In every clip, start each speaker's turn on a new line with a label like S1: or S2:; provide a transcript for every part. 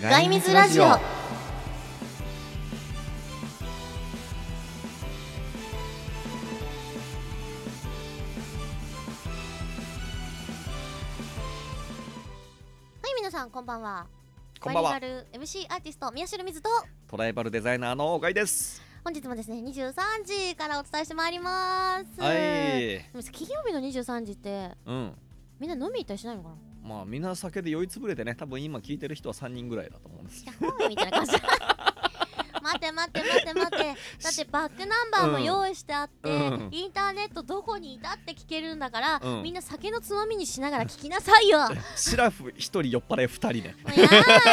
S1: ガイミズラジオはい皆さんこんばんは
S2: こんばん
S1: バ
S2: は
S1: イリンガル MC アーティスト宮代水と
S2: トライバルデザイナーのガイです
S1: 本日もですね23時からお伝えしてまいります
S2: はい
S1: でもさ金曜日の23時って
S2: うん
S1: みんな飲み行ったりしないのかな
S2: まあみんな酒で酔いつぶれてね多分今聞いてる人は3人ぐらいだと思うんです
S1: キャホーみたいな感じ待て待て待て待て だってバックナンバーも用意してあっ
S2: う
S1: て、
S2: ん
S1: インターネットどこにいたって聞けるんだから、
S2: うん
S1: みんな酒のつまみにしながら聞きなさい よや
S2: シラフ1人酔っ払い2人ね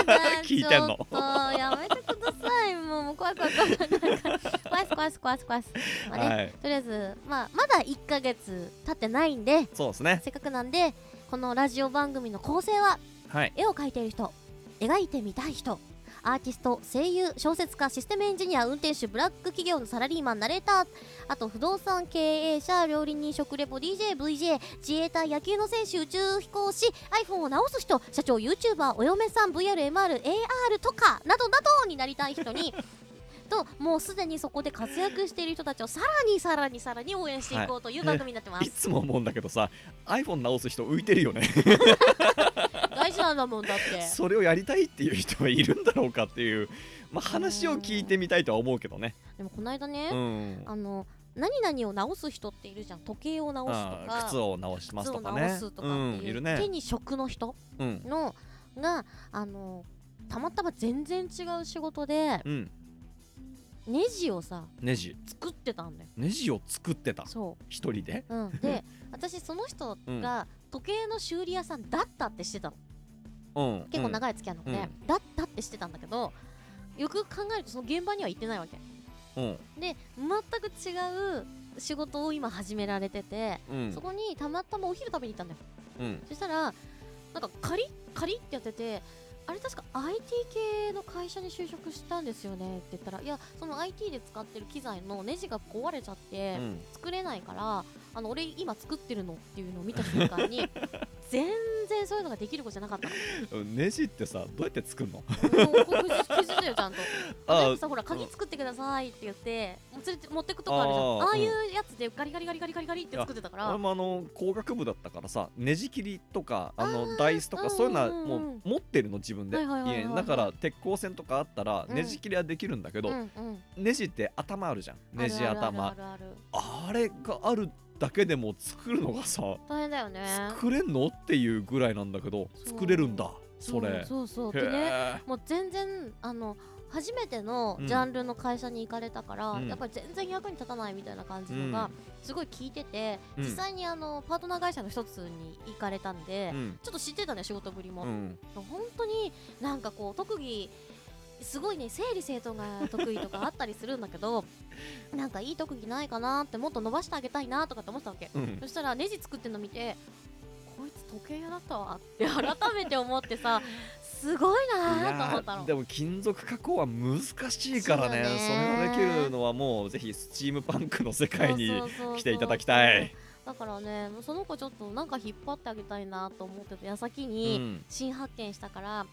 S1: だ
S2: 聞いてんの
S1: ちょっとやめてくださいもうもう怖い怖い怖いなんか怖いっす怖いっす怖いっす怖いっす、まあね
S2: はい
S1: とりあえず、まあ、まだ1ヶ月経ってないんで
S2: そうですね
S1: せっかくなんでこのラジオ番組の構成は
S2: はい
S1: 絵を描いている人描いてみたい人アーティスト声優小説家システムエンジニア運転手ブラック企業のサラリーマンナレーターあと不動産経営者料理人食レポ DJVJ 自衛隊野球の選手宇宙飛行士 iPhone を直す人社長 YouTuber お嫁さん VRMRAR とかなどなどになりたい人にともうすでにそこで活躍している人たちをさらにさらにさらに応援していこうという番組になってます、
S2: いつも思うんだけどさ iPhone 直す人浮いてるよね
S1: 大事なんだもんだって
S2: それをやりたいっていう人はいるんだろうかっていうまあ話を聞いてみたいとは思うけどね
S1: でもこの間ね、
S2: うん
S1: あの何々を直す人っているじゃん時計を直すと
S2: あ
S1: か
S2: 靴を直しますと
S1: 靴を
S2: か
S1: 直
S2: ね
S1: すと
S2: う
S1: かっ
S2: ん
S1: て
S2: い
S1: いう、
S2: る
S1: 手
S2: ね
S1: に職の人
S2: うん
S1: のがあのたまたま全然違う仕事で
S2: うん
S1: ネジをさ
S2: ネジ
S1: 作ってたんだよ
S2: ネジを作ってた
S1: そ
S2: 一人で
S1: う、うん、 で私その人が時計の修理屋さんだったってしてたの
S2: うん
S1: 結構
S2: い
S1: 長い付き合いなので、
S2: う
S1: だったってしてたんだけどよくよく考えるとその現場には行ってないわけ
S2: うん
S1: で全く違う仕事を今始められてて、
S2: うん
S1: そこにたまたまお昼食べに行ったんだよ
S2: うん
S1: そしたらなんかカリッカリッってやっててあれ確か IT 系の会社に就職したんですよねって言ったらいやその IT で使ってる機材のネジが壊れちゃって
S2: うん
S1: 作れないからあの俺今作ってるのっていうのを見た瞬間に 全然そういうのができる子じゃなかったの
S2: ネジってさどうやって作るの
S1: もうここ気づいたよちゃんと
S2: あ
S1: 全部さほら鍵作ってくださいって言ってもう連れて持ってくとこあるじゃん
S2: あー
S1: ああいうやつでガリガリガリガリガリガリって作ってたから
S2: 俺もあの工学部だったからさネジ切りとかあ
S1: あー
S2: のダイスと
S1: うん
S2: かそういうのは
S1: うん
S2: もう持ってるの自分で
S1: はいはいはいはい
S2: 家にだから鉄鋼線とかあったら
S1: うん
S2: ネジ切りはできるんだけど
S1: うんうん
S2: ネジって頭あるじゃんネジ
S1: あ
S2: 頭
S1: るあるあるある
S2: あれがあるだけでも作るのがさ
S1: 大変だよね
S2: 作れんのっていうぐらいなんだけど
S1: そう
S2: 作れるんだそれ
S1: そうそうそうでね
S2: へ
S1: もう全然あの初めての
S2: うん
S1: ジャンルの会社に行かれたから、
S2: うん
S1: やっぱり全然役に立たないみたいな感じ
S2: え
S1: のがすごい聞いてて、
S2: うん
S1: 実際にあのパートナー会社の一つに行かれたんで、
S2: うん
S1: ちょっと知ってたね仕事ぶりも、
S2: うん
S1: 本当になんかこう特技すごいね整理整頓が得意とかあったりするんだけ どなんかいい特技ないかなってもっと伸ばしてあげたいなとかって思ってたわけ、
S2: うん
S1: そしたらネジ作ってんの見てこいつ時計屋だったわって改めて思ってさすごい
S2: い
S1: なーと思
S2: や
S1: った
S2: ー
S1: の
S2: でも金属加工は難しいからね
S1: そ
S2: そう
S1: だね
S2: れができるのはもうぜひスチームパンクの世界に
S1: そうそうそうそう
S2: 来ていただきたい
S1: だからねその子ちょっとなんか引っ張ってあげたいなと思ってた矢先
S2: う
S1: に
S2: ん
S1: 新発見したから、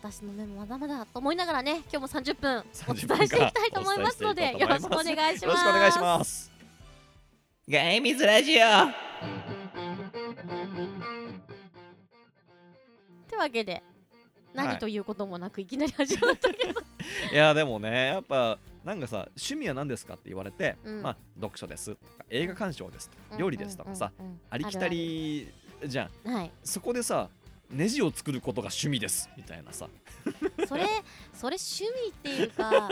S1: 私の目もまだまだと思いながらね今日も30分お伝
S2: 30
S1: えしていきた
S2: 分
S1: いと思いますのでよろしくお願
S2: よ
S1: いします
S2: ろしくお願いしますガイミズラジオ
S1: ってわけで何ということもなくいきなり始まったけど、
S2: いやでもねやっぱなんかさ趣味は何ですかって言われて、
S1: うん
S2: まあ読書ですとか映画鑑賞ですと か料理ですとかさ、
S1: うんうんうん
S2: ありきたりじゃん
S1: あるあるはい
S2: そこでさネジを作ることが趣味ですみたいなさ
S1: それそれ趣味っていう か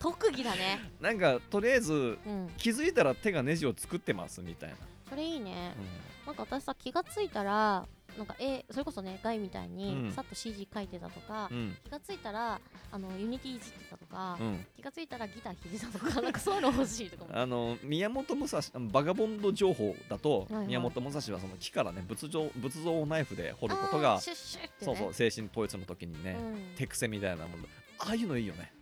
S1: 特技だね
S2: なんかとりあえず
S1: うん
S2: 気づいたら手がネジを作ってますみたいな、
S1: それいいね
S2: うん
S1: なんか私さ気がついたらなんかえそれこそねガイみたい
S2: う
S1: に
S2: ん
S1: さっと CG 書いてたとか、
S2: うん
S1: 気がついたらあのユニティいじってたとか、
S2: うん、
S1: 気がついたらギター弾いてたとか なんかそういうの欲しいとかも
S2: あの宮本武蔵あのバガボンド情報だと、
S1: はいはい
S2: 宮本武蔵はその木からね仏像仏像をナイフで掘ること
S1: あ
S2: が
S1: ー、シュッシュッって、ね、
S2: そうそう精神統一の時にね、
S1: うん
S2: 手癖みたいなものああいうのいいよね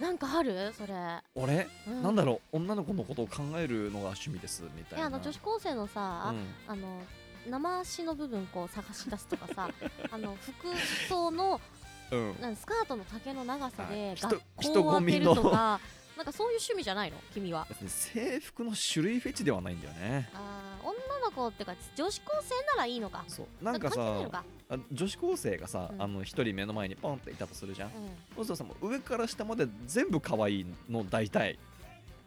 S1: なんかあるそれ、
S2: 俺、
S1: う
S2: なんだろう女の子のことを考えるのが趣味ですみたい
S1: いや
S2: な
S1: あの女子高生のさ、
S2: うん
S1: あの 生足の部分こう探し出すとかさあの服装の
S2: うん
S1: なんスカートの丈の長さ
S2: は
S1: で
S2: い人
S1: 学校を開けると
S2: 人混みの
S1: かなんかそういう趣味じゃないの君は
S2: 別に制服の種類フェチではないんだよね
S1: あー女の子ってか女子高生ならいいのか
S2: そうなんかさ
S1: 関係ないのか
S2: あ女子高生がさ、
S1: うん
S2: あの一人目の前にポンっていたとするじゃん
S1: う
S2: そうするとさもう上から下まで全部可愛いの大体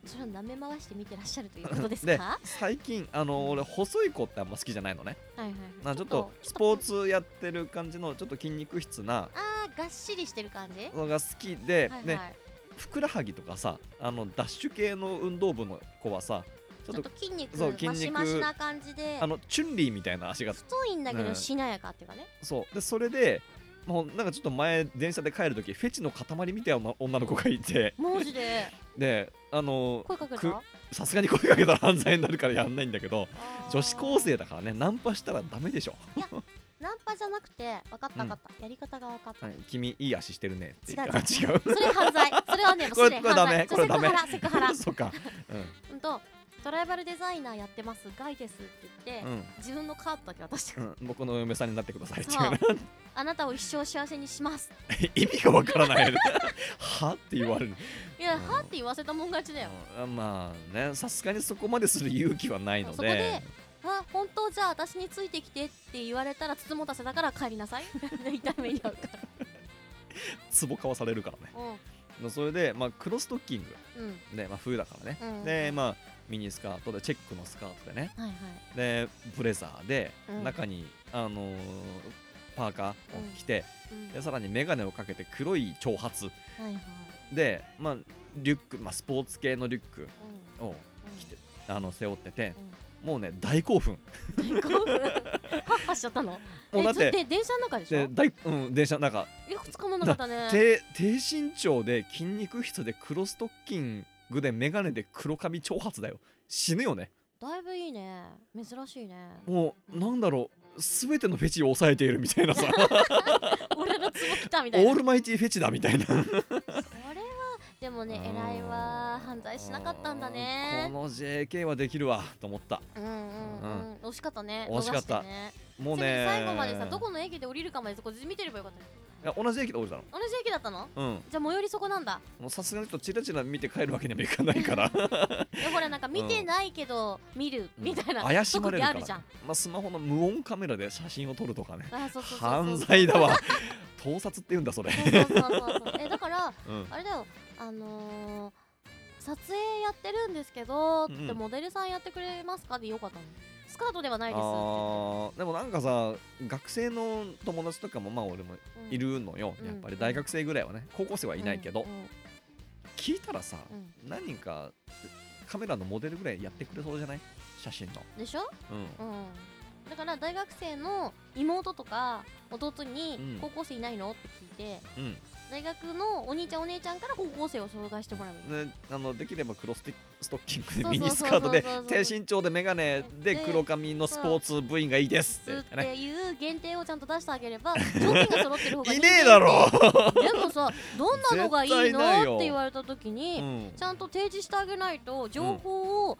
S1: ん、それを舐め回して見てらっしゃるということですかは
S2: 最近あの俺細い子ってあんま好きじゃないのね
S1: いはいは
S2: ないちょっとスポーツやってる感じのちょっと筋肉質な
S1: あーがっしりしてる感じ
S2: のが好きで、
S1: はい
S2: ね
S1: はい、
S2: ふくらはぎとかさあのダッシュ系の運動部の子はさちょっ
S1: ちょ
S2: と
S1: っと筋肉
S2: そう筋
S1: マシ
S2: 肉
S1: マシな感じで
S2: あのチュンリーみたいな足が
S1: 太いんだけ
S2: う
S1: ど
S2: ん
S1: しなやかって いうかね、
S2: そうでそれでもうなんかちょっと前電車で帰る時フェチの塊みたいな女の子がいて
S1: 文字で
S2: であの
S1: 声かけ
S2: く
S1: た
S2: さすがに声かけたら犯罪になるからやんないんだけど
S1: あー
S2: 女子高生だからねナンパしたらダメでしょ、
S1: ナンパじゃなくて分かった分かった、やり方が分かった、
S2: 君いい足してるねって言っ
S1: 違
S2: たら違う
S1: それ 犯罪それはねもう
S2: これ
S1: すでに
S2: これ
S1: 犯
S2: ダメ
S1: 罪
S2: これダメ
S1: セクハラセクハ
S2: そうか
S1: ラうんとトライバルデザイナーやってますガイですって言っ
S2: う
S1: て、
S2: ん、うん
S1: 自分のカードだけ渡してく
S2: う
S1: る、
S2: ん、僕のお嫁さんにな ってくださいってい
S1: そう
S2: う
S1: あなたを一生幸せにします
S2: 意味がわからないよ ねはって言われる
S1: いや、
S2: うん
S1: はって言わせたもん勝ちだよ、
S2: うんまあねさすがにそこまでする勇気はないの
S1: そこで
S2: で
S1: あ本当じゃあ私についてきてって言われたらつつもたせだから帰 りなさい痛い目に遭うか
S2: ツボ買わされるからね
S1: ら
S2: まあそれで、まあ、黒ストッキン
S1: うんうん
S2: グで、まあ、冬だからね、
S1: うん
S2: でまあミニスカートでチェックのスカートでね
S1: はいはい
S2: でブレザーで、
S1: うん
S2: 中に、あのーパーカーを着て、
S1: うん
S2: でさらに眼鏡をかけて黒い長髪
S1: はいはい
S2: で、まあ、リュック、まあ、スポーツ系のリュック
S1: う
S2: を
S1: んうん
S2: 着てあの背負ってて
S1: う、ん
S2: もうね大興奮
S1: 大興 奮 ハッハしちゃったの
S2: もうだって
S1: えで電車の中でしょ
S2: で大、うん、電車なんか
S1: よく捕まんなかったね
S2: 低低身長で筋肉質で黒ストッキングで眼鏡で黒髪長髪だよ死ぬよね
S1: だいぶいいね珍しいね
S2: もうなんだろう全てのフェチを抑えているみたいなさ
S1: 俺のツボ来たみた
S2: オ
S1: いな
S2: ー
S1: こ
S2: ルマイティフェチだみたいな
S1: れはでもね偉いわ犯罪しなかったんだ
S2: うん
S1: ね
S2: この JK はできるわと思った
S1: うんうんうん惜しかったね
S2: 惜しかった
S1: 逃てね
S2: もう
S1: せめ
S2: ね
S1: て最後までさどこの駅で降りるかまでそこ見てればよかったね
S2: いや同じ駅で降りたの
S1: 同じ駅だったの
S2: うん
S1: じゃあ最寄りそこなんだ
S2: もうさすがにちょっとチラチラ見て帰るわけにもいかないから
S1: えほらなんか見てないけど見る みたいな、
S2: 怪しまれるか
S1: 特技
S2: ら
S1: あるじゃん
S2: まあ、スマホの無音カメラで写真を撮るとかね
S1: あそうそうそうそう
S2: 犯罪だわ盗撮って言うんだそ れ、
S1: そうそうそうそうえだから
S2: うん、
S1: あれだよあのー撮影やってるんですけどって、
S2: うん
S1: モデルさんやってくれますかでよかったのスカートではないですって
S2: あーでもなんかさ学生の友達とかもまあ俺も
S1: 言って
S2: いるのよ、
S1: うん
S2: やっぱり大学生ぐらいはね高校生は
S1: うん
S2: いないけど、
S1: うんうん
S2: 聞いたらさ、
S1: うん
S2: 何人かカメラのモデルぐらいやってくれそうじゃない写真の、
S1: でしょ、
S2: う
S1: うん、だから大学生の妹とか弟に
S2: うん
S1: 「高校生いないの?」って聞いて
S2: んうん
S1: 大学のお兄ちゃんお姉ちゃんから高校生を紹介してもらう
S2: ね、あのできれば黒スティストッキング
S1: そ
S2: で
S1: うそう
S2: ミ
S1: そう
S2: ニスカートで
S1: そうそうそう
S2: 低身長で眼鏡で
S1: で
S2: 黒髪のスポーツ部員がいいですって言っ
S1: っ
S2: てね
S1: ていう限定をちゃんと出してあげれば条件が揃ってる方がいい
S2: いねえだろ、
S1: でもさどんなのがいい
S2: 絶対
S1: の
S2: ないよ
S1: って言われた時に、
S2: うん
S1: ちゃんと提示してあげないと情報を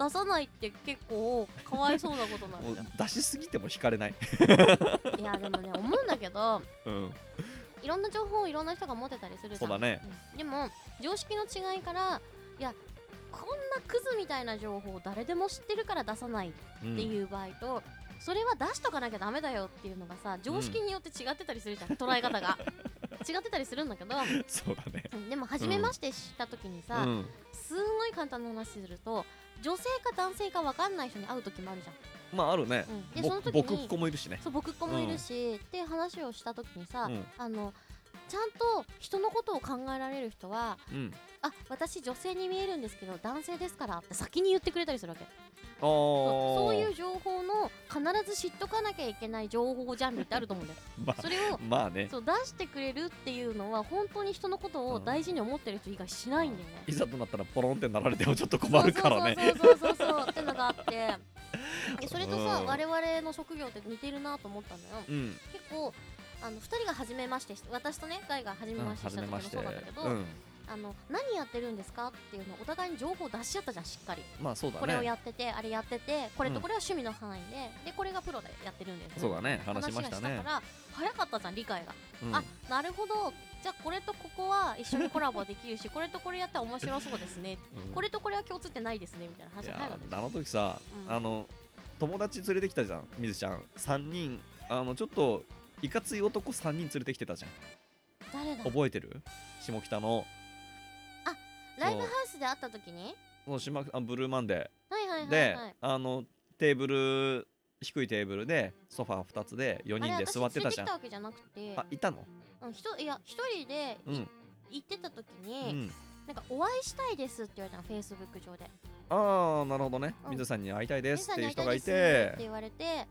S1: 出さないって結構かわいそうなことなん
S2: もう
S1: だよ
S2: 出しすぎても引かれない、
S1: いやでもね思うんだけど
S2: うん、
S1: いろんな情報をいろんな人が持ってたりするじゃん
S2: そうだね、
S1: うんでも常識の違いからいやこんなクズみたいな情報を誰でも知ってるから出さないっていう場合と、それは出しとかなきゃダメだよっていうのがさ常識によって違ってたりするじゃん、捉え方が違ってたりするんだ けど
S2: そうだね、
S1: うんでも初めまして知った時に
S2: う
S1: さ、
S2: ん、
S1: すんごい簡単な話すると女性か男性か分かんない人に会う時もあるじゃ
S2: まああるね
S1: ん、、うん、で
S2: ぼ
S1: その時
S2: 僕っ
S1: に
S2: 子もいるしね
S1: そう僕っ子もいるし、っていう話をした時にさ、
S2: うん
S1: あのちゃんと人のことを考えられる人は
S2: うん、
S1: あ私女性に見えるんですけど男性ですからって先に言ってくれたりするわけ
S2: あそ
S1: そうそういう情報の必ず知っとかなきゃいけない情報ジャンルってあると思 うんだよ
S2: まあ
S1: それを
S2: まあね
S1: そう出してくれるっていうのは本当に人のことを大事に思ってる人以外しないんだよね、
S2: いざとなったらポロンってなられてもちょっと困るからね
S1: そうそうそうそうそうってのがあってでそれとさ、
S2: うん
S1: 我々の職業って似てるなと思ったのよ
S2: うん
S1: 結構あの2人が初めましてして私とねガイが初め
S2: うん
S1: まして
S2: 初
S1: した
S2: め
S1: 時
S2: ま
S1: も
S2: し
S1: そ
S2: て
S1: うなんだけど、
S2: うん
S1: あの何やってるんですかっていうのをお互いに情報を出し合ったじゃんしっかり、
S2: まあそうだね
S1: これをやっててあれやっててこれ
S2: う
S1: と
S2: ん
S1: これは趣味の範囲で、でこれがプロでやってるんです
S2: そうだね話しました
S1: 話が
S2: ね
S1: したから早かったじゃん理解が、
S2: うん
S1: あなるほどじゃあこれとここは一緒にコラボできるしこれとこれやったら面白そうですね
S2: うん
S1: これとこれは共通ってないですねみたいな話
S2: い
S1: が
S2: や
S1: 早かった
S2: ーあの時さ、
S1: うん
S2: あの友達連れてきたじゃんみずちゃん3人あのちょっといかつい男3人連れてきてたじゃん
S1: 誰だ
S2: 覚えてる下北の
S1: ライブハウスで会った時に
S2: その島あブルーマンデ
S1: はいはい
S2: ー
S1: は
S2: で、
S1: い、はい、
S2: あのテーブル低いテーブルでソファー2つで4
S1: あれ
S2: 人で座ってたじゃん
S1: 私連れてきた
S2: あ
S1: わけじゃなくて
S2: いたの
S1: うんひといや一人で
S2: うん、
S1: 行ってた時
S2: う
S1: に、
S2: ん、
S1: なんかお会いしたいですって言われたの、フェイスブック上で。
S2: ああなるほどね
S1: うん
S2: みずさんに会いたいですっていう
S1: 皆さ
S2: 人
S1: んに
S2: が
S1: 会
S2: い
S1: たですって
S2: て
S1: 言われて、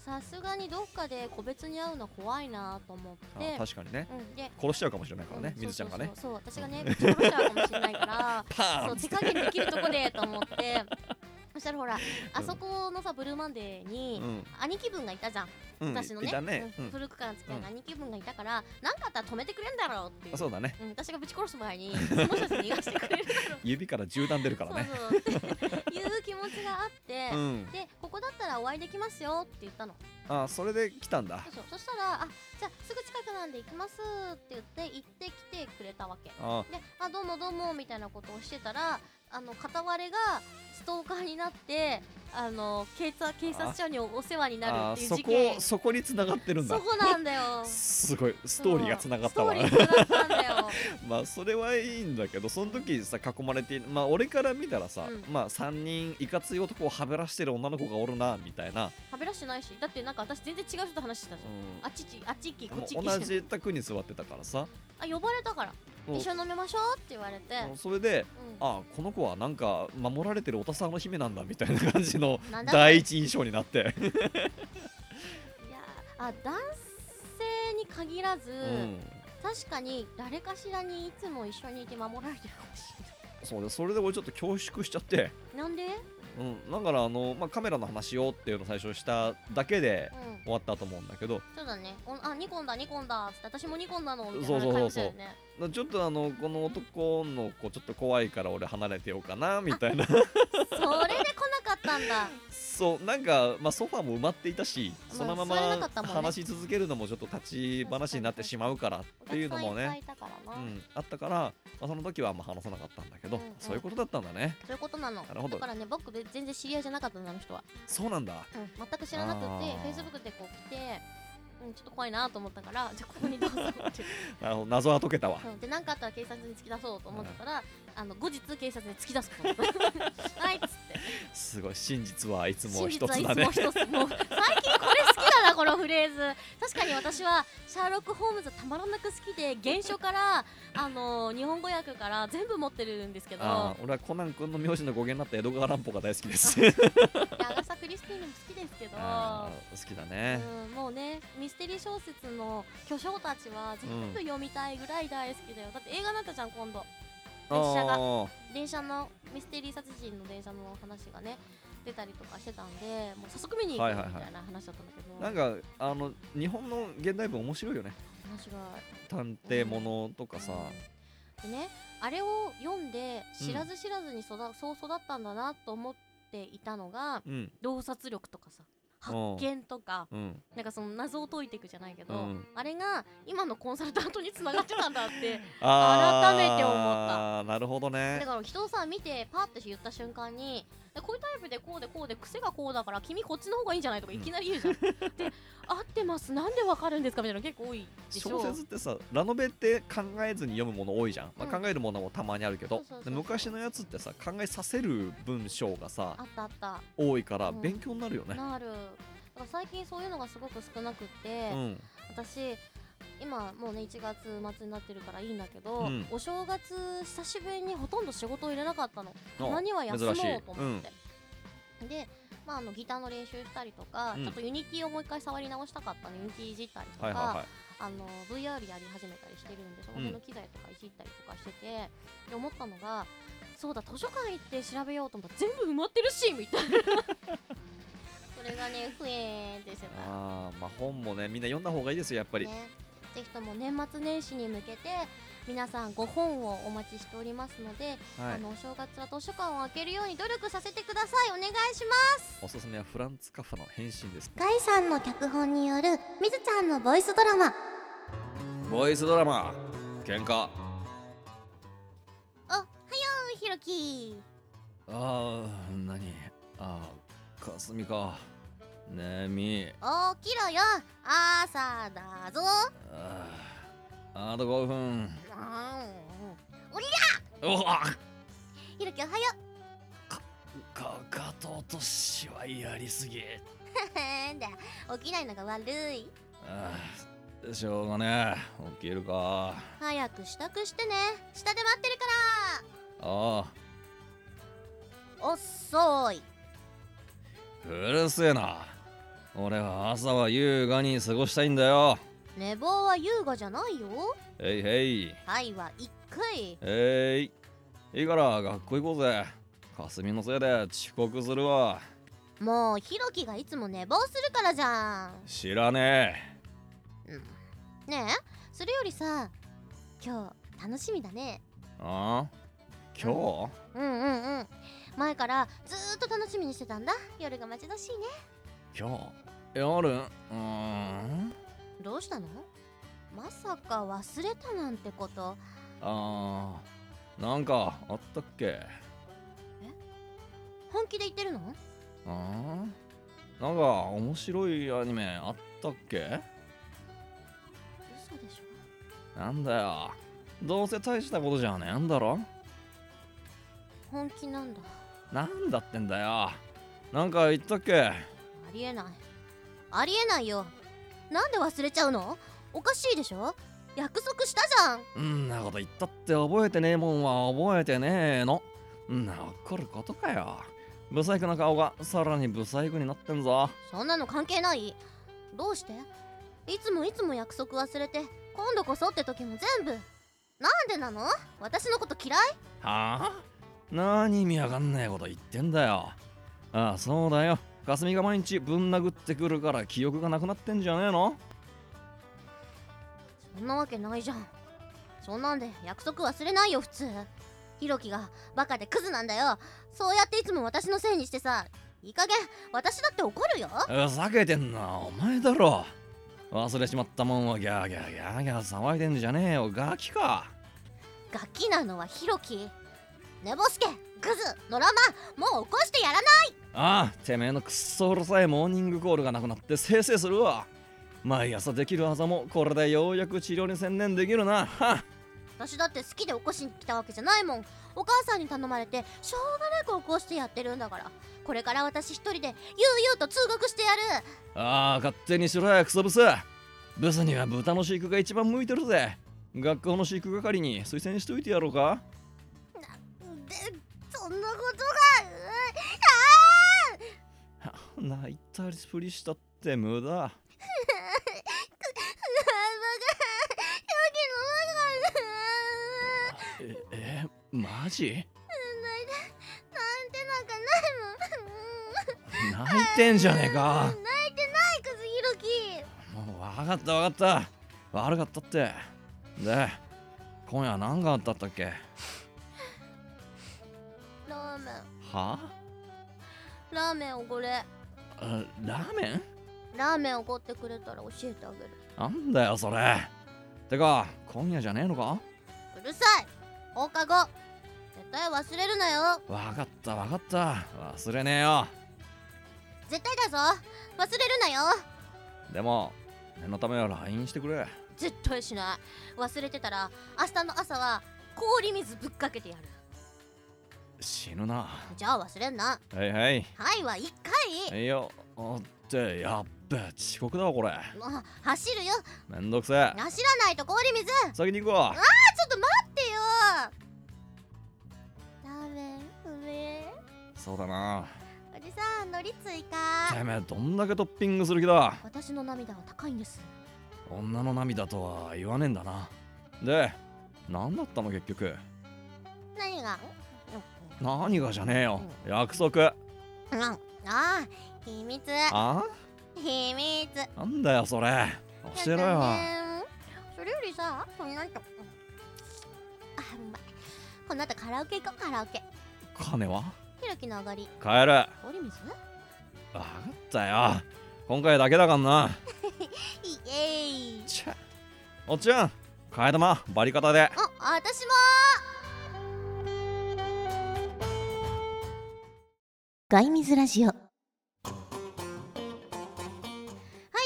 S1: さすがにどっかで個別に会うの怖いなと思っ
S2: あ
S1: て、
S2: 確かにね
S1: うん、で、
S2: 殺しちゃうかもしれないからね
S1: う
S2: みずちゃんがね
S1: そうそうそうそう、私がね、ぶち殺しちゃうかもしれない から、
S2: パー
S1: そ
S2: ン
S1: う、手加減できるとこでと思って、そしたらほら、あそこのさ、ブルーマンデー
S2: う
S1: に、
S2: ん
S1: 兄貴分がいたじゃん、
S2: うん
S1: 私のね
S2: いたね、う
S1: うんん古くから付き合いの
S2: う
S1: 兄貴分がいたから、なんかあったら止めてくれんだろうっていう
S2: あそうだね
S1: うん、私がぶち殺す前にその人たち逃がしてくれるだろう
S2: 指から銃弾出る からね
S1: そう そうっていう気持ちがあって、
S2: うん
S1: でここだったらお会いできますよって言ったの
S2: あそれで来たんだ
S1: そうそうそしたら「あじゃあすぐ近くなんで行きます」って言って行ってきてくれたわけ
S2: あ
S1: で「あどうもどうも」みたいなことをしてたらあの片割れがストーカーになってあの警察警察署にお世話になる
S2: あ
S1: っていう
S2: そ
S1: 事
S2: こ
S1: 件
S2: そこに繋がってるんだ
S1: そこなんだよ
S2: すごい ストーリーが繋がったわ
S1: そうストーリー繋がったんだよ
S2: まあそれはいいんだけどその時さ囲まれてまあ俺から見たらさ、
S1: うん
S2: まあ3人いかつい男をはべらしてる女の子がおるなみたいな、
S1: 食べらしてないしだってなんか私全然違う人と話してたじゃん
S2: うん
S1: あっち行きあっち行きこっち行き
S2: 同
S1: して
S2: じ卓に座ってたからさ
S1: あ呼ばれたから
S2: もう
S1: 一緒に飲みましょうって言われて、
S2: もうそれで
S1: うん
S2: あこの子はなんか守られてるおたさんの姫なんだみたいな感じの
S1: なんだ
S2: 第一印象になって、
S1: いやーあ男性に限らず、
S2: うん、
S1: 確かに誰かしらにいつも一緒にいて守られてるかもし
S2: そうでそれで俺ちょっと恐縮しちゃって、
S1: れないなんで、
S2: うん、だからあの、まあ、カメラの話をっていうのを最初しただけで
S1: うん、
S2: 終わったと思うんだけど
S1: そうだねおあニコンだニコンだっつって私もニコンなのみた
S2: そ
S1: いうな
S2: そうそう
S1: 感じ
S2: そう
S1: だよね
S2: なちょっとあのこの男の子ちょっと怖いから俺離れてようかなみたいな
S1: それで来なかった んだ
S2: そうなんか、まあ、ソファーも埋まっていたし
S1: まあ
S2: そのま
S1: 座れなか
S2: ま
S1: ったもんね
S2: 話し続けるのもちょっと立ち話になってしまうからっ
S1: お
S2: ていう
S1: 客
S2: の
S1: さんい
S2: も
S1: っぱい
S2: ね、
S1: いたからな、
S2: うん、あったから、まあ、その時はあんま話さなかったんだけど、
S1: うんうん
S2: そういうことだったんだね
S1: そういうことなの
S2: なるほど
S1: だからね僕べ全然知り合いじゃなかったのあの人は、
S2: そうなんだ
S1: うん、全く知らなくて
S2: あ
S1: フ
S2: ー
S1: ェイスブックでこう来てうん、ちょっと怖いなと思ったからじゃあここにどうぞって
S2: あの謎は解けたわ
S1: そうで何かあったら警察に突き出そうと思ってたら、あの後日警察に突き出すと思った はいっつって
S2: すごい真実はいつも
S1: 真
S2: 一
S1: 実
S2: つ
S1: はい
S2: だ
S1: つ
S2: ね
S1: も一つもう最近これ好きだなこのフレーズ確かに私はシャーロック・ホームズたまらなく好きで原 書からあの日本語訳から全部持ってるんですけど
S2: あ
S1: あ
S2: ー俺はコナン君の名字の語源になった江戸川乱歩が大好きです
S1: アガサ・クリスティーヌも好きですけど
S2: あー好きだね、
S1: うん、もうねミステリー小説の巨匠たちは全部読みたいぐらい大好きだよ、だって映画になったじゃん今度
S2: あ
S1: 列車が
S2: ー
S1: 電車のミステリー殺人の電車の話がね出たりとかしてたんでもう早速見に行
S2: は
S1: く
S2: いはい
S1: み
S2: はい
S1: たいな話だったんだけど、
S2: なんかあの日本の現代文面白いよね
S1: 話が
S2: 探偵ものとかさ、
S1: うんでねあれを読んで知らず知らずに育、そう育ったんだなと思っていたのが
S2: うん
S1: 洞察力とかさ発
S2: うん
S1: 見とか
S2: うん
S1: なんかその謎を解いていくじゃないけど、
S2: うん
S1: あれが今のコンサルタントにつながってたんだって
S2: あー
S1: 改めて思った
S2: なるほど
S1: だ
S2: ね
S1: から人をさ見てパーって言った瞬間にでこういうタイプでこうでこうで癖がこうだから君こっちの方がいいんじゃない とかいきなり言うじゃん、で合ってますなんでわかるんですかみたいなの結構多いでしょ
S2: 小説ってさラノベって考えずに読むもの多いじゃん、まあ
S1: うん
S2: 考えるものもたまにあるけど
S1: そうそうそう
S2: で昔のやつってさ考えさせる文章がさ
S1: あったあった
S2: 多いから
S1: うん
S2: 勉強になるよね、
S1: なるだから最近そういうのがすごく少なくって、
S2: うん
S1: 私今もうね1月末になってるからいいんだけど、
S2: うん
S1: お正月久しぶりにほとんど仕事を入れなかったの
S2: あ
S1: 何は休もう
S2: 珍しい
S1: と思って、で、まあ、あのギターの練習したりとか、
S2: うん
S1: ちょっとユニティをもう一回触り直したかったのユニティいじったりとか、
S2: はいはいはい
S1: あの VR やり始めたりしてるんでその辺の機材とかいじったりとかしてて、で思ったのがそうだ図書館行って調べようと思ったら全部埋まってるしみたいな それがねふえーんってしてた
S2: あーまあ本もねみんな読んだ方がいいですよやっぱり、
S1: ね、ぜひとも年末年始に向けて皆さんご本をお待ちしておりますので、
S2: は
S1: あ
S2: い、
S1: のお正月は図書館を開けるように努力させてくださいお願いします
S2: おすすめはフランツカファの変身です
S1: ガイさんの脚本によるみずちゃんのボイスドラマ
S2: ボイスドラマ喧嘩あ
S1: おはようひろき
S2: あ何ああかすみかねみ
S1: 起きろよ朝だぞ
S2: あああと5分
S1: おりゃ
S2: うわ
S1: ひろきおはよ
S2: かかと落としはやりすぎ
S1: うだ起きないのが悪い
S2: ああしょうがねえ起きるか
S1: 早く支度してね下で待ってるか
S2: ああ
S1: ら遅いう
S2: るせえな俺は朝は優雅に過ごしたいんだよ
S1: 寝坊は優雅じゃないよ
S2: へいへい
S1: はいは一回
S2: へいいいから学校行こうぜかすみのせいで遅刻するわ
S1: もうひろきがいつも寝坊するからじゃん
S2: 知らね
S1: ねえそれよりさ今日楽しみだね
S2: えああ今
S1: うんうんうん前からずーっと楽しみにしてたんだ夜が待ち遠しいね
S2: 日今日夜うーん
S1: どうしたのまさか忘れたなんてこと
S2: あーなんかあったっけ
S1: 本気で言ってるの
S2: あーなんか面白いアニメあったっけ
S1: 嘘でしょ
S2: なんだよどうせ大したことじゃねえんだろ
S1: 本気なんだ
S2: なんだってんだよなんか言ったっけ
S1: ありえないありえないよなんで忘れちゃうのおかしいでしょ約束したじゃん
S2: んなこと言ったって覚えてねえもんは覚えてねえのんな怒ることかよブサイクな顔がさらにブサイクになってんぞ
S1: そんなの関係ないどうしていつもいつも約束忘れて今度こそって時も全部なんでなの私のこと嫌い
S2: はあ何意味わかんねえこと言ってんだよああそうだよ霞が毎日ぶん殴ってくるから記憶がなくなってんじゃねえの
S1: そんなわけないじゃんそんなんで約束忘れないよ普通ひろきがバカでクズなんだよそうやっていつも私のせいにしてさいい加減私だって怒るよ
S2: ふざけてんのはお前だろ忘れちまったもんはギャーギャーギャーギャー騒いでんじゃねえよガキか
S1: ガキなのはひろき寝ぼすけクズのらまもう起こしてやらない
S2: ああてめえのくっそうるさいモーニングコールがなくなってせいせいするわ毎朝できる技もこれでようやく治療に専念できるなはっ
S1: 私だって好きで起こしに来たわけじゃないもんお母さんに頼まれてしょうがなく起こしてやってるんだからこれから私一人で悠々と通学してやる
S2: ああ勝手にしろやクソブスブスには豚の飼育が一番向いてるぜ学校の飼育係に推薦しといてやろうか
S1: でそんなことが
S2: は泣いたりすぷりしたって無駄
S1: うわバカ陽気のバカ
S2: ええマジ
S1: なんてなんかないもん
S2: 泣いてんじゃねえか
S1: 泣いてないくずひろき
S2: もう分かった分かった悪かったってで今夜何があったったっけは
S1: ラーメン
S2: あ
S1: ラーメンおごれ
S2: あラーメン
S1: ラーメンおごってくれたら教えてあげる
S2: なんだよそれてか今夜じゃねえのか
S1: うるさい放課後絶対忘れるなよ
S2: わかったわかった忘れねえよ
S1: 絶対だぞ忘れるなよ
S2: でも念のためは LINE してくれ
S1: 絶対しない忘れてたら明日の朝は氷水ぶっかけてやる
S2: 死ぬな
S1: じゃあ忘れんな
S2: はいはい
S1: はいは一回
S2: はいよあってやっべ遅刻だわこれ
S1: もう走るよ
S2: めんどくせえ
S1: 走らないと氷水ちょ
S2: 先に行くわ
S1: っと待ってよラーメンうめえ
S2: そうだな
S1: おじさん海苔追加
S2: てめえどんだけトッピングする気だ
S1: 私の涙は高いんです
S2: 女の涙とは言わねえんだなで何だったの結局
S1: 何が
S2: 何がじゃねえよ約束
S1: うんああ秘密
S2: あ
S1: 秘密
S2: なんだよそれ教えろよ
S1: それよりさ、これなんかこの後カラオケ行こうカラオケ
S2: 金は
S1: ひろきの上がり
S2: 帰る
S1: 氷水
S2: 分かったよ今回だけだからな
S1: イエーイ
S2: ちゃおっちゃん替え玉バリ方で
S1: あ、私もガイミズラジオは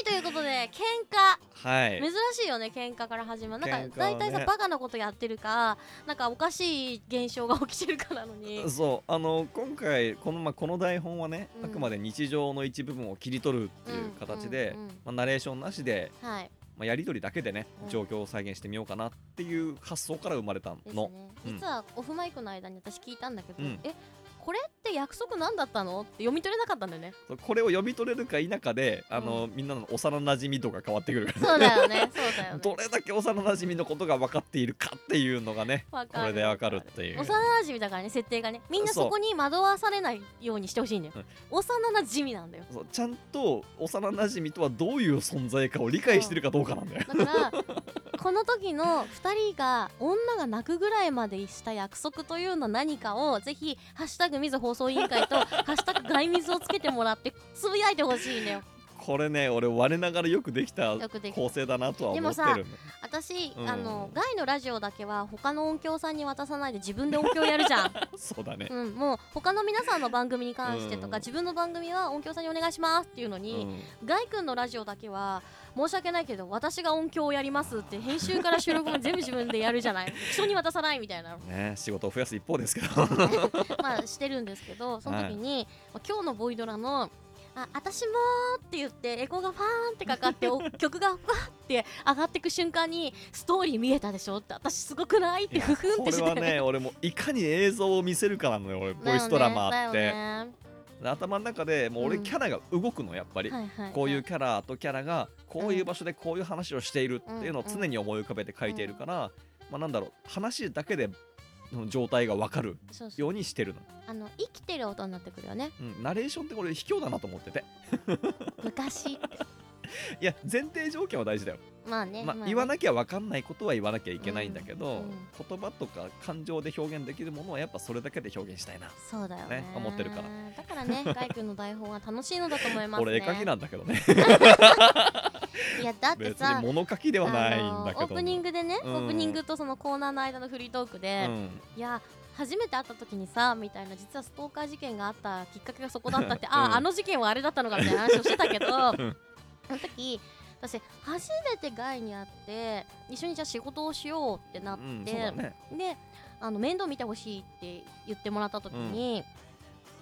S1: い、ということで、喧嘩
S2: はい
S1: 珍しいよね、喧嘩から始まるなん
S2: 喧
S1: か、
S2: 嘩は
S1: 大
S2: ね
S1: 体さ、バカなことやってるかなんかおかしい現象が起きてるかなのに
S2: そうあの今回この,、まあ、この台本はね、
S1: うん
S2: あくまで日常の一部分を切り取るっていう形で、
S1: うんうんうん
S2: まあ、ナレーションなしで、
S1: はい、
S2: まあ、やり取りだけでね
S1: うん
S2: 状況を再現してみようかなっていう発想から生まれた
S1: です
S2: の、
S1: ね
S2: うん
S1: 実はオフマイクの間に私聞いたんだけど、
S2: うん
S1: え、これって約束何だったのって読み取れなかったんだよね
S2: そうこれを読み取れるか否かであの、みんなの幼なじみ度が変わってくるから
S1: そうだよね、 そうだよね
S2: どれだけ幼なじみのことが分かっているかっていうのがね
S1: わ
S2: これで分かるっていう
S1: 幼馴染だからね設定がねみんな
S2: そう
S1: そこに惑わされないようにしてほしいんだよ、
S2: うん
S1: 幼馴染なんだよ
S2: そうちゃんと幼なじみとはどういう存在かを理解してるかどうかなんだよ。
S1: だから この時の2人が女が泣くぐらいまでした約束というのは何かをぜひ「ハッシュタグ水放送委員会」と「ハッシュタグ外水」をつけてもらってつぶやいてほしいんだよ
S2: これね俺我ながらよくできた
S1: よくできた
S2: 構成だなとは思ってるんだ
S1: 私、
S2: うん
S1: あの外のラジオだけは他の音響さんに渡さないで自分で音響やる じゃん
S2: そうだね。
S1: うんもう他の皆さんの番組に関してとか、
S2: うん
S1: 自分の番組は音響さんにお願いしますっていうのに、
S2: うん
S1: ガイ君のラジオだけは申し訳ないけど私が音響をやりますって編集から収録も全部自分でやるじゃない人に渡さないみたいなの
S2: ね、仕事を増やす一方ですけど
S1: まあしてるんですけどその時に、まあ今日のボイドラの「あ私も」って言ってエコーがファーンってか かってお曲がフわって上がってく瞬間にストーリー見えたでしょって私すごくないってふふんっ
S2: こ
S1: て
S2: れ
S1: して
S2: は ね俺もいかに映像を見せるかなのよ俺ボイスドラマーって、
S1: だよね
S2: 頭の中でもう俺
S1: うん
S2: キャラが動くのやっぱり、
S1: だよねはいはいはい
S2: こういうキャラとキャラがこういう場所でこういう話をしているっていうのを常に思い浮かべて書いているから、まあ、なんだろう話だけでの状態が分かる
S1: そうそう
S2: ようにしてるの、
S1: あの生きてる音になってくるよね
S2: うん、ナレーションってこれ卑怯だなと思ってて
S1: 昔って
S2: いや前提条件は大事だよ、
S1: まあね,、
S2: まあ
S1: ね
S2: 言わなきゃ分かんないことは言わなきゃいけないんだけど、
S1: うんうん
S2: 言葉とか感情で表現できるものはやっぱそれだけで表現したいな、
S1: そうだよね
S2: ね思ってるから
S1: だか らねガイ君の台本は楽しいのだと思いますね
S2: 俺絵描きなんだけどね
S1: いやだって
S2: 別
S1: さ
S2: に物書きではないんだ
S1: あの
S2: け
S1: オ
S2: ど、
S1: ープニングでね、
S2: うん
S1: オープニングとそのコーナーの間のフリートークで、いや初めて会った時にさみたいな実はストーカー事件があったきっかけがそこだったって、あ
S2: うん
S1: ああの事件はあれだったのかみたいな話をしてたけど、あ
S2: ん
S1: の時私初めてガイに会って一緒にじゃあ仕事をしようってなっ
S2: うん、うん
S1: て、
S2: そうだね
S1: であの面倒見てほしいって言ってもらった時に、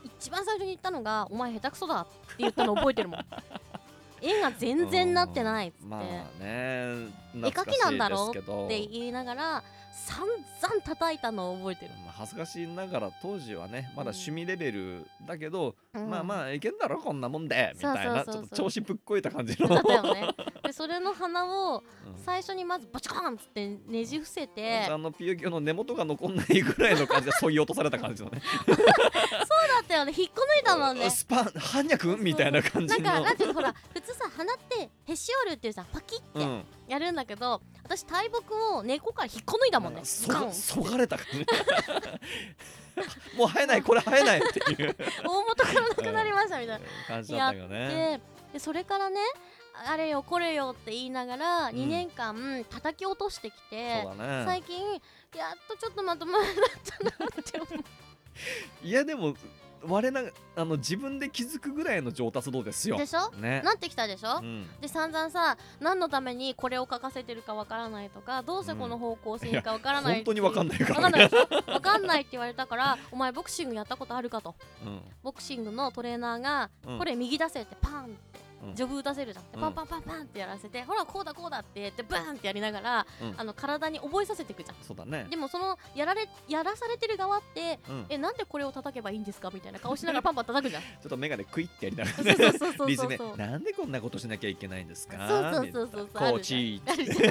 S1: 一番最初に言ったのが「お前下手くそだ」って言ったの覚えてる もん絵が全然なってないっつって、
S2: まあね絵
S1: 描きなんだろう
S2: けど
S1: って言いながら散々叩いたのを覚えてる、
S2: まあ、恥ずかしながら当時はねまだ趣味レベルだけど、
S1: うん
S2: まあまあいけんだろこんなもんでみたいな
S1: そうそうそうそう
S2: ちょっと調子ぶっこいた感 じの、
S1: だった よねでそれの鼻を
S2: うん
S1: 最初にまずバチコーンっつってねじ伏せて
S2: あのピヨキヨの根元が残んないぐらいの感じでそぎ落とされた感じのね
S1: だったよね引っこ抜いたもんね
S2: スパン般若みたいな感
S1: な
S2: じ
S1: ん
S2: の
S1: かなんていうのほら普通さ鼻ってへし折るっていうさパキっ
S2: う
S1: て
S2: ん
S1: やるんだけど、私大木を根っこから引っこ抜いたもんね
S2: あ
S1: ズ
S2: そ
S1: カン
S2: そがれた感じ もう生えないこれ生えないっていう
S1: 大元からなくなりましたみたい
S2: 感じだったけどね
S1: ででそれからねあれよこれよって言いながら
S2: うん
S1: 2年間叩き落としてきて、
S2: そうだね
S1: 最近やっとちょっとまとまったなって思う
S2: いやでも我ながあの自分で気づくぐらいの上達度ですよ
S1: でしょ
S2: ね
S1: なってきたでしょ、
S2: うん
S1: で散々さ何のためにこれを書かせてるかわからないとかどうせこの方向性かわからない,、
S2: 本当にわかんないか
S1: わからんない
S2: ね
S1: でしょわかんないって言われたからお前ボクシングやったことあるかと
S2: うん
S1: ボクシングのトレーナーが、
S2: うん
S1: これ右出せってパンっ
S2: う
S1: て、
S2: ん
S1: ジョブ打たせるじゃんって
S2: うん
S1: パンパンパンパンってやらせて、ほらこうだこうだって言ってブーンってやりながら、
S2: うん
S1: あの体に覚えさせていくじゃん
S2: そうだね
S1: でもそのやられやらされてる側って
S2: うんちょ
S1: えなんでこれを叩けばいいんですかみたいな顔しながらパンパン 叩くじゃん
S2: っとメガネクイってやりなが
S1: そう
S2: らね
S1: そうそうそ う
S2: リズ
S1: そう
S2: ム
S1: そう
S2: なんでこんなことしなきゃいけないんですか
S1: そうそうそうそう
S2: みたいなコーチ
S1: あるじゃんでそ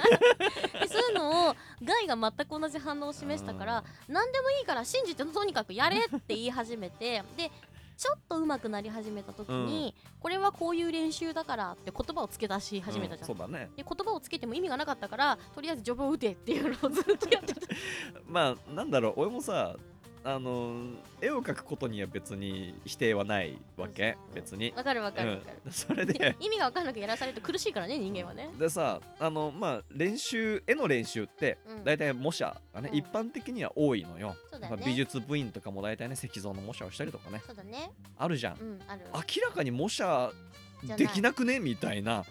S1: ういうのをガイが全く同じ 反応を示したから何でもいいから信じてとにかくやれって言い始めてでちょっと上手くなり始めた時に、これはこういう練習だからって言葉を付け出し始めたじゃん、
S2: うんそうだね
S1: で言葉をつけても意味がなかったからとりあえず序盤を打てっていうのをずっとやってた
S2: まあなんだろう俺もさあの絵を描くことには別に否定はないわけ別に、
S1: わかるわかるわかる、
S2: うん、それ
S1: いや
S2: で
S1: 意味が分からなくやらされると苦しいからね人間はね、
S2: でさあのまあ練習絵の練習って
S1: うん
S2: 大体模写がね、
S1: うん
S2: 一般的には多いのよ
S1: そうだ
S2: な
S1: よね
S2: んか美術部員とかも大体ね石像の模写をしたりとかね
S1: そうだね
S2: あるじゃん、
S1: うんある
S2: 明らかに模写
S1: じゃない
S2: できなくねみたいな
S1: そ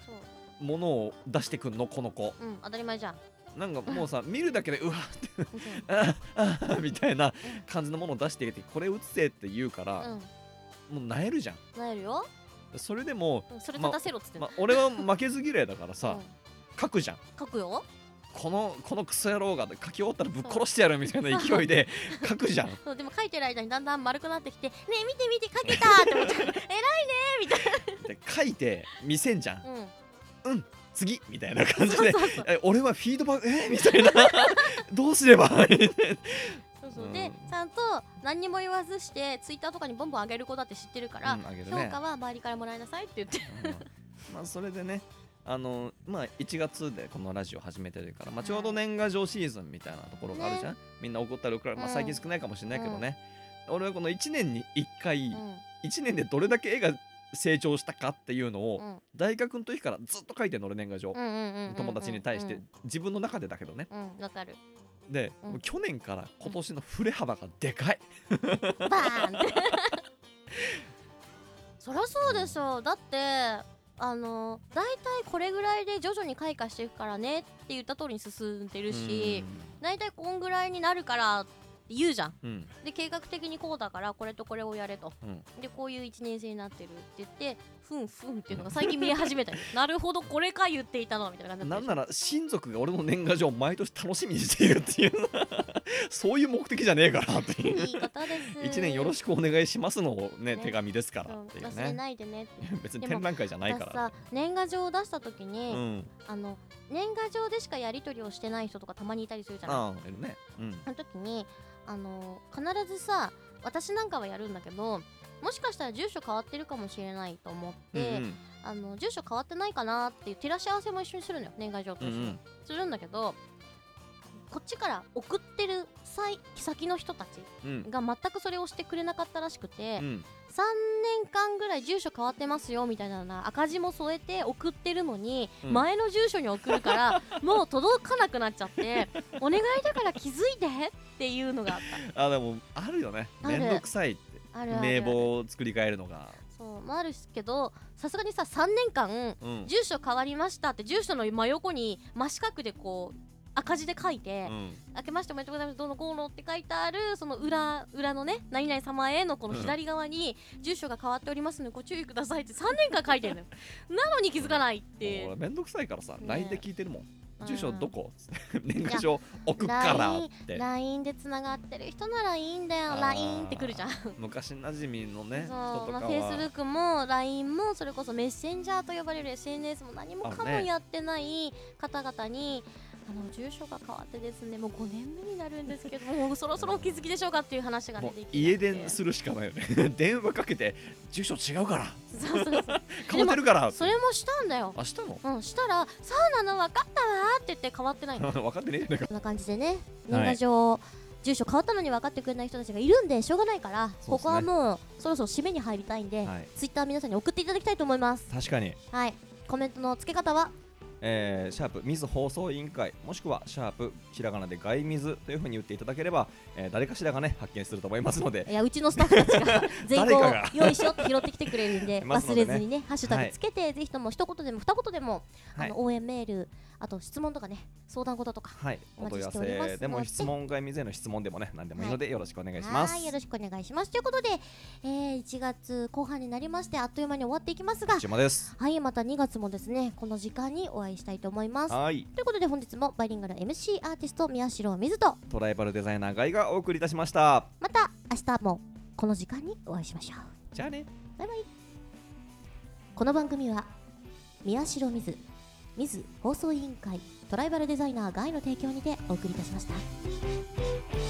S1: う
S2: ものを出してくんのこの子
S1: うん当たり前じゃん
S2: なんかもうさ見るだけでうわって
S1: うん
S2: あああみたいな感じのものを出してきてこれ打つぜって言うから、
S1: うん
S2: もうなえるじゃん
S1: なえるよ、
S2: それでも、
S1: うん、それ立たせろっつってん
S2: ま
S1: の
S2: あ、俺は負けず嫌いだからさ、
S1: う
S2: 書くじゃん
S1: ん、書くよ
S2: このこのクソ野郎が書き終わったらぶっ殺してやるみたい な勢いで書くじゃん
S1: そうでも書いてる間にだんだん丸くなってきてねえ見て見て書 けたって思って偉いねみたい
S2: で書いて見せんじゃん
S1: な、うん、
S2: 次みたいな感じ
S1: そう
S2: で
S1: そうそう
S2: え俺はフィードバックえみた いなどうすれば
S1: そうそう
S2: うん
S1: でちゃんと何にも言わずしてツイッターとかにボンボン上げる子だって知ってるから、
S2: うんあげる
S1: 評
S2: ね
S1: 価は周りからもらいなさいって言って
S2: うんまあそれでねあのまあ1月でこのラジオ始めてるから、まあ、ちょうど年賀状シーズンみたいなところがあるじゃん、みんな怒ったり怒られまあ、
S1: うん
S2: 最近少ないかもしれないけどね、俺はこの1年に1回、
S1: う
S2: 1年でどれだけ絵が成長したかっていうのを、
S1: んうん
S2: 大学の時からずっと書いてんの俺年賀状、
S1: うんうんうんうん
S2: 友達に対して、自分の中でだけどね
S1: うんわかる
S2: で、
S1: うん
S2: 去年から今年の振れ幅がでかい、
S1: バ ーンってそりゃそうでしょだってあの大体これぐらいで徐々に開花していくからねって言った通りに進んでるし大体こんぐらいになるからって言うじゃん
S2: うん、うん
S1: で計画的にこうだからこれとこれをやれと
S2: うん
S1: でこういう1年生になってるって言ってふんふんっていうのが最近見え始めたり なるほどこれか言っていたのはみたいな感じ
S2: なん
S1: だ
S2: なら親族が俺の年賀状を毎年楽しみにしているっていう そういう目的じゃねえからって
S1: った
S2: い
S1: で
S2: う
S1: しょいい 方です
S2: 1年よろ
S1: し
S2: しくお願いしますのをね
S1: ね
S2: 手紙ですからっていう
S1: 忘れ
S2: ね
S1: ないでねって
S2: 別に展覧会じゃないか
S1: 私
S2: ら
S1: さ年賀状を出した時
S2: う
S1: に、
S2: ん
S1: あの年賀状でしかやり取りをしてない人とかたまにいたりするじゃない
S2: ああいるねうん
S1: その時にあの必ずさ私なんかはやるんだけどもしかしたら住所変わってるかもしれないと思っ
S2: うん
S1: て、あの住所変わってないかなっていう照らし合わせも一緒にするのよ年賀状と
S2: うんう
S1: 一緒に、
S2: ん
S1: するんだけどこっちから送ってる際先の人たち
S2: うん
S1: が全くそれをしてくれなかったらしくて、
S2: うん
S1: 3年間ぐらい住所変わってますよみたいなのな赤字も添えて送ってるのに、
S2: うん
S1: 前の住所に送るから もう届かなくなっちゃってお願いだから気づいてっていうのがあっ
S2: あでもあるよね
S1: ある
S2: 面倒くさいって
S1: たあるある
S2: 名簿を作り変えるのが
S1: そうもあるけどさすがにさ3年間
S2: うん
S1: 住所変わりましたって住所の真横に真四角でこう赤字で書いて、
S2: うん
S1: 明けましておめでとうございますどうのこうのって書いてあるその裏裏のね何々様へのこの左側に住所が変わっておりますのでご注意くださいって3年間書いてる のよなのに気づかないっ
S2: もう
S1: て
S2: 俺めんどくさいからさ
S1: ね
S2: LINE で聞いてるもん
S1: うん
S2: 住所ど こ年賀状送っから
S1: LINE
S2: って
S1: LINE でつながってる人ならいいんだよ
S2: あー
S1: LINE ってくるじゃんそう
S2: 昔なじみのね人と
S1: ま
S2: か
S1: あ
S2: は
S1: Facebook も LINE もそれこそメッセンジャーと呼ばれる SNS も何もかも
S2: あるね
S1: やってない方々にあの住所が変わってですねもう5年目になるんですけどもうそろそろお気づきでしょうかっていう話が出
S2: もう
S1: てきて
S2: 家電するしかないよね 電話かけて住所違うから
S1: そうそうそう
S2: 変わってるから
S1: それもしたんだよ
S2: 明日の
S1: うんしたら「そうなの分かったわ」って言って変わってない の
S2: 分かってねえじゃねえか
S1: こんな感じでね
S2: はい
S1: 年賀状、住所変わったのに分かってくれない人たちがいるんでしょうがないから、
S2: そう
S1: こ
S2: っすね
S1: こはもうそろそろ締めに入りたいんで、
S2: はい
S1: ツイッター皆さんに送っていただきたいと思います
S2: 確かに
S1: はいコメントの付け方は
S2: えーシャープ水放送委員会もしくはシャープひらがなで外水というふうに言っていただければ、えー誰かしらがね発見すると思いますので
S1: いやうちのスタッフたち が全員
S2: 誰
S1: こ
S2: かが
S1: う用意しようって拾ってきてくれる んで
S2: ます
S1: 忘
S2: ので
S1: れ
S2: ね
S1: ずにねハッシュタグつけて、ぜひとも一言でも二言でも、
S2: はい
S1: あの応援メールあと質問とかね相談事とか
S2: はい、
S1: お
S2: お
S1: 待
S2: 問
S1: ち
S2: い合
S1: し
S2: わ
S1: ております
S2: せでも
S1: ので
S2: 質問外水への質問でもね何でもいいのでよろしくお願いします。
S1: はいよろしくお願いしますということで、えー、1月後半になりましてあっという間に終わっていきますが
S2: 島です。
S1: はいまた2月もですねこの時間にお会いしたいと思います
S2: はい、
S1: ということで本日もバイリンガル MC アーティスト宮代水と
S2: トライバルデザイナーガイがお送りいたしました。
S1: また明日もこの時間にお会いしましょう
S2: じゃあね。
S1: バイバイこの番組は宮代水水放送委員会トライバルデザイナーガイの提供にてお送りいたしました